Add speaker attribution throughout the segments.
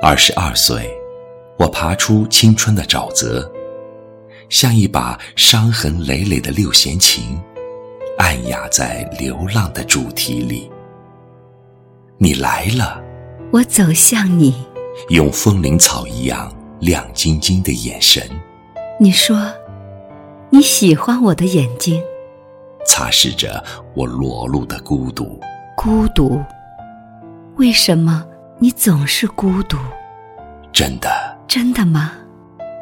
Speaker 1: 二十二岁，我爬出青春的沼泽，像一把伤痕累累的六弦琴，按压在流浪的主题里。你来了，
Speaker 2: 我走向你，
Speaker 1: 用风铃草一样亮晶晶的眼神，
Speaker 2: 你说你喜欢我的眼睛，
Speaker 1: 擦拭着我裸露的孤独。
Speaker 2: 孤独。为什么你总是孤独？
Speaker 1: 真的，
Speaker 2: 真的吗？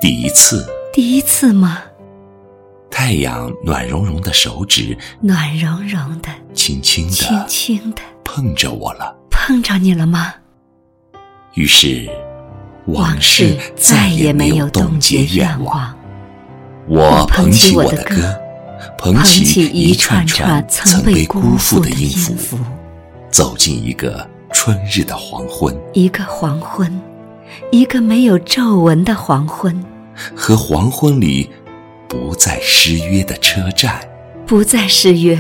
Speaker 1: 第一次，
Speaker 2: 第一次吗？
Speaker 1: 太阳暖融融的手指
Speaker 2: 暖融融的，
Speaker 1: 轻轻
Speaker 2: 轻
Speaker 1: 地
Speaker 2: 轻的，
Speaker 1: 碰着我了。
Speaker 2: 碰着你了吗？
Speaker 1: 于是，往
Speaker 2: 往
Speaker 1: 事
Speaker 2: 事
Speaker 1: 再
Speaker 2: 再
Speaker 1: 也
Speaker 2: 也
Speaker 1: 没
Speaker 2: 没
Speaker 1: 有
Speaker 2: 有
Speaker 1: 冻
Speaker 2: 冻
Speaker 1: 结
Speaker 2: 结
Speaker 1: 愿
Speaker 2: 愿
Speaker 1: 望。
Speaker 2: 望，
Speaker 1: 我
Speaker 2: 我
Speaker 1: 捧
Speaker 2: 捧
Speaker 1: 起
Speaker 2: 起
Speaker 1: 我
Speaker 2: 我
Speaker 1: 的
Speaker 2: 的
Speaker 1: 歌
Speaker 2: 歌，
Speaker 1: 捧
Speaker 2: 捧
Speaker 1: 起
Speaker 2: 起
Speaker 1: 一
Speaker 2: 一
Speaker 1: 串
Speaker 2: 串
Speaker 1: 串
Speaker 2: 串
Speaker 1: 曾
Speaker 2: 曾
Speaker 1: 被
Speaker 2: 被
Speaker 1: 辜
Speaker 2: 辜
Speaker 1: 负
Speaker 2: 负
Speaker 1: 的
Speaker 2: 的
Speaker 1: 音
Speaker 2: 音
Speaker 1: 符
Speaker 2: 符，
Speaker 1: 走进一个春日的黄昏，
Speaker 2: 一个黄昏，一个没有皱纹的黄昏，
Speaker 1: 和黄昏里不再失约的车站。
Speaker 2: 不再失约，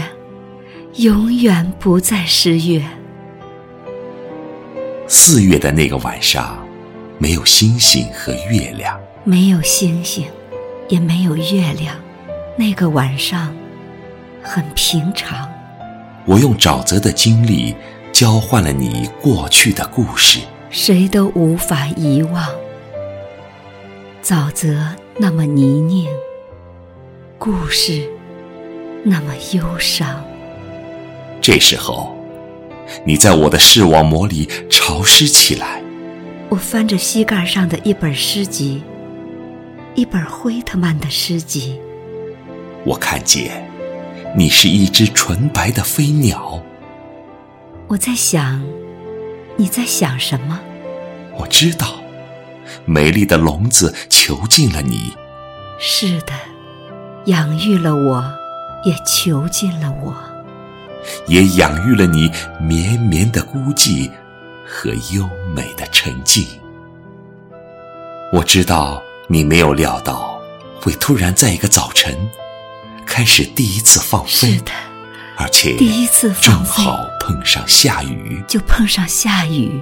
Speaker 2: 永远不再失约。
Speaker 1: 四月的那个晚上，没有星星和月亮，
Speaker 2: 没有星星，也没有月亮，那个晚上很平常。
Speaker 1: 我用沼泽的经历交换了你过去的故事。
Speaker 2: 谁都无法遗忘。沼泽那么泥泞，故事那么忧伤。
Speaker 1: 这时候，你在我的视网膜里潮湿起来。
Speaker 2: 我翻着膝盖上的一本诗集，一本惠特曼的诗集。
Speaker 1: 我看见，你是一只纯白的飞鸟。
Speaker 2: 我在想，你在想什么？
Speaker 1: 我知道，美丽的笼子囚禁了你。
Speaker 2: 是的，养育了我，也囚禁了我。
Speaker 1: 也养育了你绵绵的孤寂和优美的沉静。我知道你没有料到会突然在一个早晨开始第一次放
Speaker 2: 是
Speaker 1: 飞，
Speaker 2: 的，
Speaker 1: 而且
Speaker 2: 第一次
Speaker 1: 正
Speaker 2: 放飞
Speaker 1: 好碰上下雨。
Speaker 2: 就碰上下雨。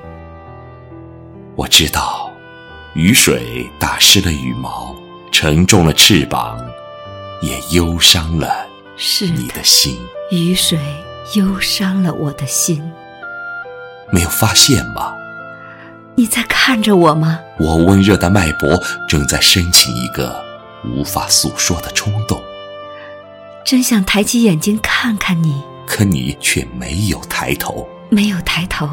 Speaker 1: 我知道雨水打湿了羽毛，沉重了翅膀，也忧伤了
Speaker 2: 是
Speaker 1: 你
Speaker 2: 的
Speaker 1: 的心。
Speaker 2: 雨水忧伤了我的心。
Speaker 1: 没有发现吗？
Speaker 2: 你在看着我吗？
Speaker 1: 我温热的脉搏正在申请一个无法诉说的冲动，
Speaker 2: 真想抬起眼睛看看你，
Speaker 1: 可你却没有抬头。
Speaker 2: 没有抬头。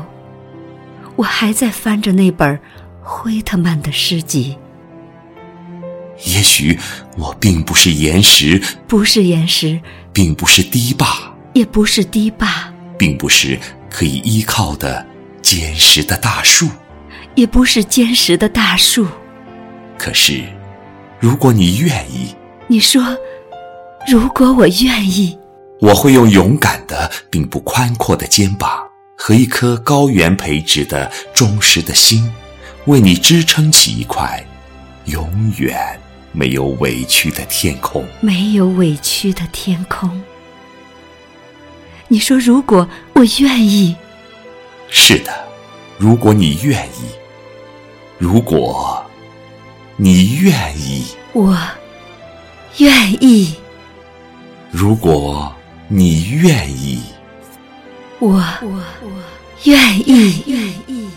Speaker 2: 我还在翻着那本惠特曼的诗集，
Speaker 1: 也许我并不是岩石，
Speaker 2: 不是岩石，
Speaker 1: 并不是堤坝，
Speaker 2: 也不是堤坝，
Speaker 1: 并不是可以依靠的坚实的大树。
Speaker 2: 也不是坚实的大树。
Speaker 1: 可是，如果你愿意，
Speaker 2: 你说，如果我愿意，
Speaker 1: 我会用勇敢的并不宽阔的肩膀和一颗高原培植的忠实的心，为你支撑起一块永远没有委屈的天空。
Speaker 2: 没有委屈的天空。你说，如果我愿意，
Speaker 1: 是的，如果你愿意，如果你愿意，
Speaker 2: 我愿意。
Speaker 1: 如果你愿意。
Speaker 2: 我我愿意愿意。